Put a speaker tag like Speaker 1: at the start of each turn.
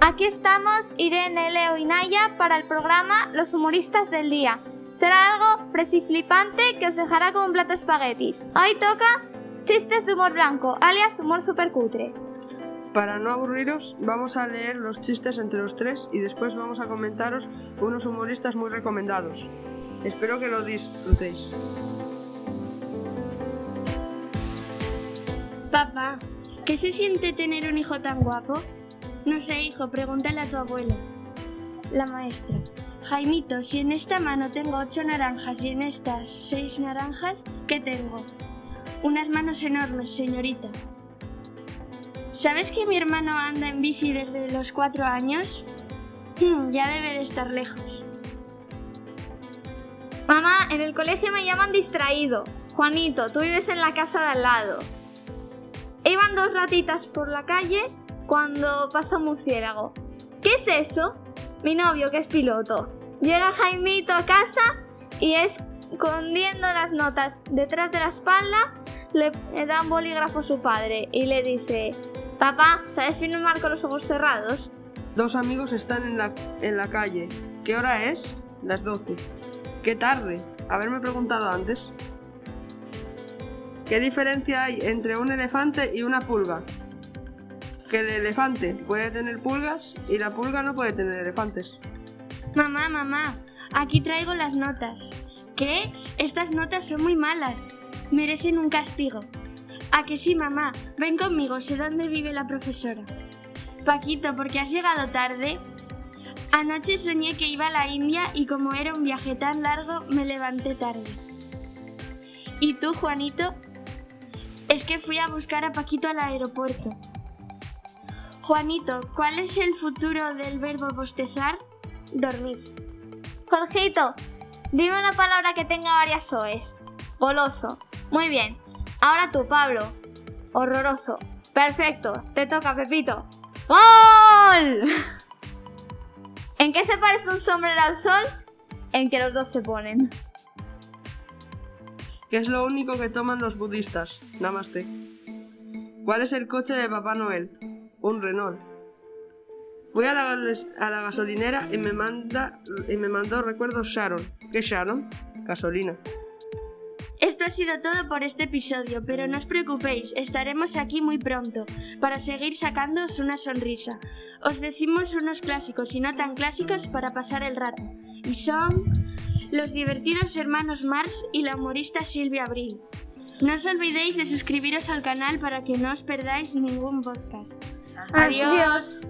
Speaker 1: Aquí estamos Irene, Leo y Naya para el programa Los Humoristas del Día. Será algo fresiflipante que os dejará con un plato de espaguetis. Hoy toca chistes de humor blanco, alias humor supercutre.
Speaker 2: Para no aburriros, vamos a leer los chistes entre los tres y después vamos a comentaros unos humoristas muy recomendados. Espero que lo disfrutéis.
Speaker 3: Papá, ¿qué se siente tener un hijo tan guapo? No sé, hijo, pregúntale a tu abuela. La maestra. Jaimito, si en esta mano tengo ocho naranjas y en estas seis naranjas, ¿qué tengo? Unas manos enormes, señorita. ¿Sabes que mi hermano anda en bici desde los cuatro años? Hmm, ya debe de estar lejos.
Speaker 1: Mamá, en el colegio me llaman distraído. Juanito, tú vives en la casa de al lado. Iban dos ratitas por la calle cuando pasó un murciélago. ¿Qué es eso? Mi novio, que es piloto. Llega Jaimito a casa y escondiendo las notas detrás de la espalda, le da un bolígrafo a su padre y le dice, papá, ¿sabes firmar con los ojos cerrados?
Speaker 2: Dos amigos están en la, en la calle. ¿Qué hora es? Las 12. Qué tarde. Haberme preguntado antes. ¿Qué diferencia hay entre un elefante y una pulga? Que el elefante puede tener pulgas y la pulga no puede tener elefantes.
Speaker 3: Mamá, mamá, aquí traigo las notas. ¿Qué? Estas notas son muy malas. Merecen un castigo. A que sí, mamá, ven conmigo, sé dónde vive la profesora. Paquito, ¿por qué has llegado tarde? Anoche soñé que iba a la India y como era un viaje tan largo, me levanté tarde. ¿Y tú, Juanito? Es que fui a buscar a Paquito al aeropuerto. Juanito, ¿cuál es el futuro del verbo bostezar? Dormir.
Speaker 1: Jorgito, dime una palabra que tenga varias OES. Goloso. Muy bien. Ahora tú, Pablo. Horroroso. Perfecto. Te toca, Pepito. ¡Gol! ¿En qué se parece un sombrero al sol? En que los dos se ponen.
Speaker 2: ¿Qué es lo único que toman los budistas? Namaste. ¿Cuál es el coche de Papá Noel? Un Renault. Fui a la, gas- a la gasolinera y me, manda, y me mandó recuerdos Sharon. ¿Qué Sharon? Gasolina.
Speaker 3: Esto ha sido todo por este episodio, pero no os preocupéis, estaremos aquí muy pronto para seguir sacándoos una sonrisa. Os decimos unos clásicos y no tan clásicos para pasar el rato. Y son los divertidos hermanos Mars y la humorista Silvia Abril. No os olvidéis de suscribiros al canal para que no os perdáis ningún podcast. Adiós.